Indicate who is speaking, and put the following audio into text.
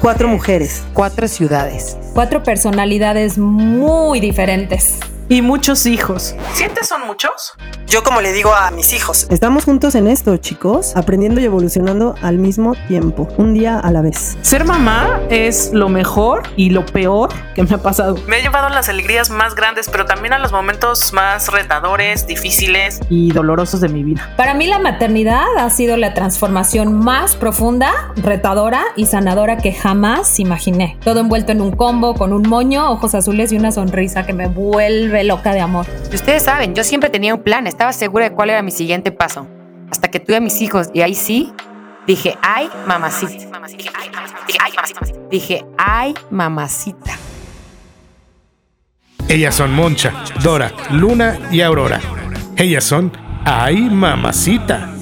Speaker 1: cuatro mujeres,
Speaker 2: cuatro ciudades,
Speaker 3: cuatro personalidades muy diferentes.
Speaker 4: Y muchos hijos.
Speaker 5: ¿Sientes son muchos?
Speaker 6: Yo como le digo a mis hijos.
Speaker 1: Estamos juntos en esto, chicos, aprendiendo y evolucionando al mismo tiempo, un día a la vez.
Speaker 4: Ser mamá es lo mejor y lo peor que me ha pasado.
Speaker 5: Me ha llevado a las alegrías más grandes, pero también a los momentos más retadores, difíciles
Speaker 4: y dolorosos de mi vida.
Speaker 3: Para mí la maternidad ha sido la transformación más profunda, retadora y sanadora que jamás imaginé. Todo envuelto en un combo, con un moño, ojos azules y una sonrisa que me vuelve loca de amor.
Speaker 2: Y ustedes saben, yo siempre tenía un plan, estaba segura de cuál era mi siguiente paso. Hasta que tuve a mis hijos y ahí sí, dije, ay, mamacita. Dije, ay, mamacita.
Speaker 7: Ellas son Moncha, Dora, Luna y Aurora. Ellas son Ay Mamacita.